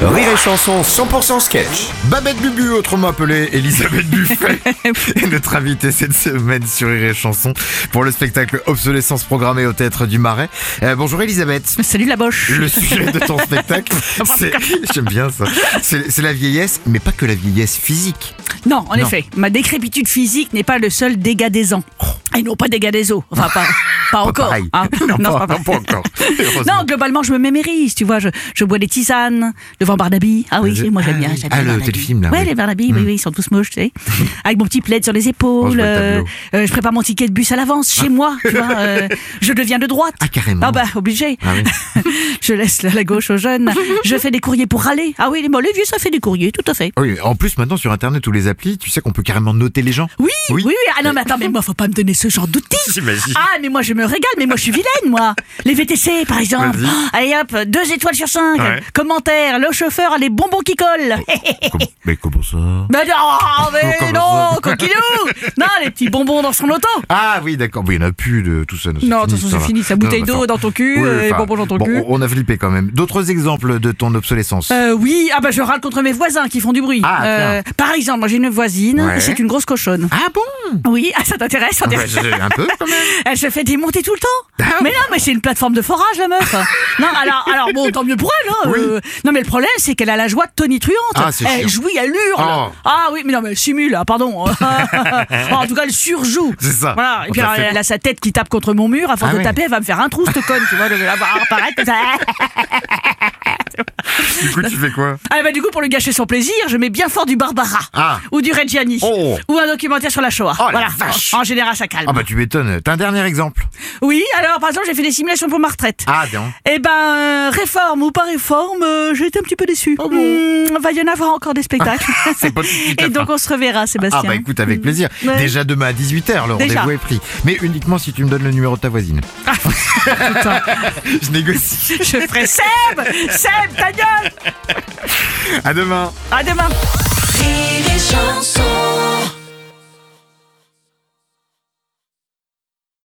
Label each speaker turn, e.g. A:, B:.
A: Rire et Chanson 100% sketch.
B: Babette Bubu, autrement appelée Elisabeth Buffet, est notre invitée cette semaine sur Rire et Chanson pour le spectacle Obsolescence programmée au Théâtre du Marais. Euh, bonjour Elisabeth.
C: Salut la boche.
B: Le sujet de ton spectacle, c'est, j'aime bien ça, c'est, c'est la vieillesse, mais pas que la vieillesse physique.
C: Non, en effet, ma décrépitude physique n'est pas le seul dégât des ans. Et non pas dégât des os. Enfin, pas, pas
B: Oh. Pas
C: encore.
B: pareil.
C: hein.
B: non,
C: Non,
B: pas,
C: pas-
B: non, pas encore. Heureusement.
C: Non, globalement, je me mémérise, tu vois. Je, je bois des tisanes devant Barnaby. Ah oui,
B: Je-
C: moi
B: ah
C: j'aime bien.
B: oui.
C: j'aime
B: Ah,
C: bien
B: le
C: Barnaby.
B: téléfilm, là,
C: Ouais,
B: oui. Mm.
C: les Barnaby, oui, oui, ils sont tous moches, tu sais. Avec mon petit plaid sur les épaules.
B: Oh, je vois le tableau.
C: euh, je prépare mon ticket de bus à l'avance chez moi, tu vois. euh, je deviens de droite.
B: Ah, carrément.
C: Ah bah, obligé.
B: Ah oui.
C: je laisse la, la gauche aux jeunes. Je fais des courriers pour râler. Ah oui, les, bon, les vieux, ça fait des courriers, tout à fait.
B: Oui, en plus maintenant sur internet ou les applis, tu sais qu'on peut carrément noter les gens.
C: Oui,
B: Oui.
C: oui, oui. Ah non, mais attends, mais moi, faut pas me donner ce genre d'outils.
B: J'imagine.
C: Ah, mais moi, je me régale, mais moi, je suis vilaine, moi. Les VTC, par exemple.
B: Vas-y.
C: Oh, allez hop, deux étoiles sur cinq.
B: Ouais.
C: Commentaire, le chauffeur a les bonbons qui collent.
B: Comment- mais comment ça
C: mais non,
B: Oh,
C: mais
B: Comment
C: non,
B: ça
C: coquillou. Non, les petits bonbons dans son auto.
B: Ah oui, d'accord. Oui, il n'y en a plus de tout ça.
C: Non, de toute façon,
B: ça
C: c'est
B: va.
C: fini, sa
B: Non,
C: bouteille
B: d'accord.
C: d'eau dans ton cul, euh, les bonbons dans ton
B: bon,
C: cul.
B: On a flippé quand même. D'autres exemples de ton obsolescence
C: Euh, oui, ah bah je râle contre mes voisins qui font du bruit. Euh,
B: Ah,
C: par exemple, moi j'ai une voisine,
B: Ouais.
C: c'est une grosse cochonne.
B: Ah bon
C: Oui, ah, ça t'intéresse ça
B: Ouais,
C: t'intéresse.
B: c'est Un peu quand même.
C: Elle se fait démonter tout le temps.
B: Ah.
C: Mais non, mais c'est une plateforme de forage, la meuf. non, alors, alors bon, tant mieux pour elle. hein,
B: Oui.
C: euh, non, mais le problème, c'est qu'elle a la joie de tonitruante.
B: Ah, c'est
C: elle
B: chiant.
C: jouit, elle hurle.
B: Oh.
C: Ah oui, mais non, mais elle simule, ah, pardon. en tout cas, elle surjoue.
B: C'est ça.
C: Voilà. Et
B: On
C: puis
B: t'a
C: alors,
B: fait-
C: elle a sa tête qui tape contre mon mur. Afin
B: Ah
C: de
B: ouais.
C: taper, elle va me faire un trou, cette conne. Tu vois, je vais la voir apparaître. comme ça.
B: Du coup, tu fais quoi
C: Ah bah du coup, pour lui gâcher son plaisir, je mets bien fort du Barbara.
B: Ah.
C: Ou du Reggiani.
B: Oh.
C: Ou un documentaire sur la Shoah.
B: Oh, la
C: voilà.
B: vache.
C: En général, ça calme.
B: Ah bah tu m'étonnes. T'as un dernier exemple
C: Oui, alors par exemple, j'ai fait des simulations pour ma retraite.
B: Ah non.
C: Eh ben, euh, réforme ou pas réforme, euh, j'ai été un petit peu déçu.
B: Oh bon Ah,
C: va y en avoir encore des spectacles.
B: C'est pas tout de suite la
C: Et donc
B: fin.
C: on se reverra, Sébastien.
B: Ah bah écoute, avec plaisir.
C: Ouais.
B: Déjà demain à 18h, le
C: Déjà. Ah,
B: rendez-vous est pris. Mais uniquement si tu me donnes le numéro de ta voisine. Je négocie.
C: Je ferai Seb Seb, ta gueule
B: À demain
C: À demain
D: Rire et chanson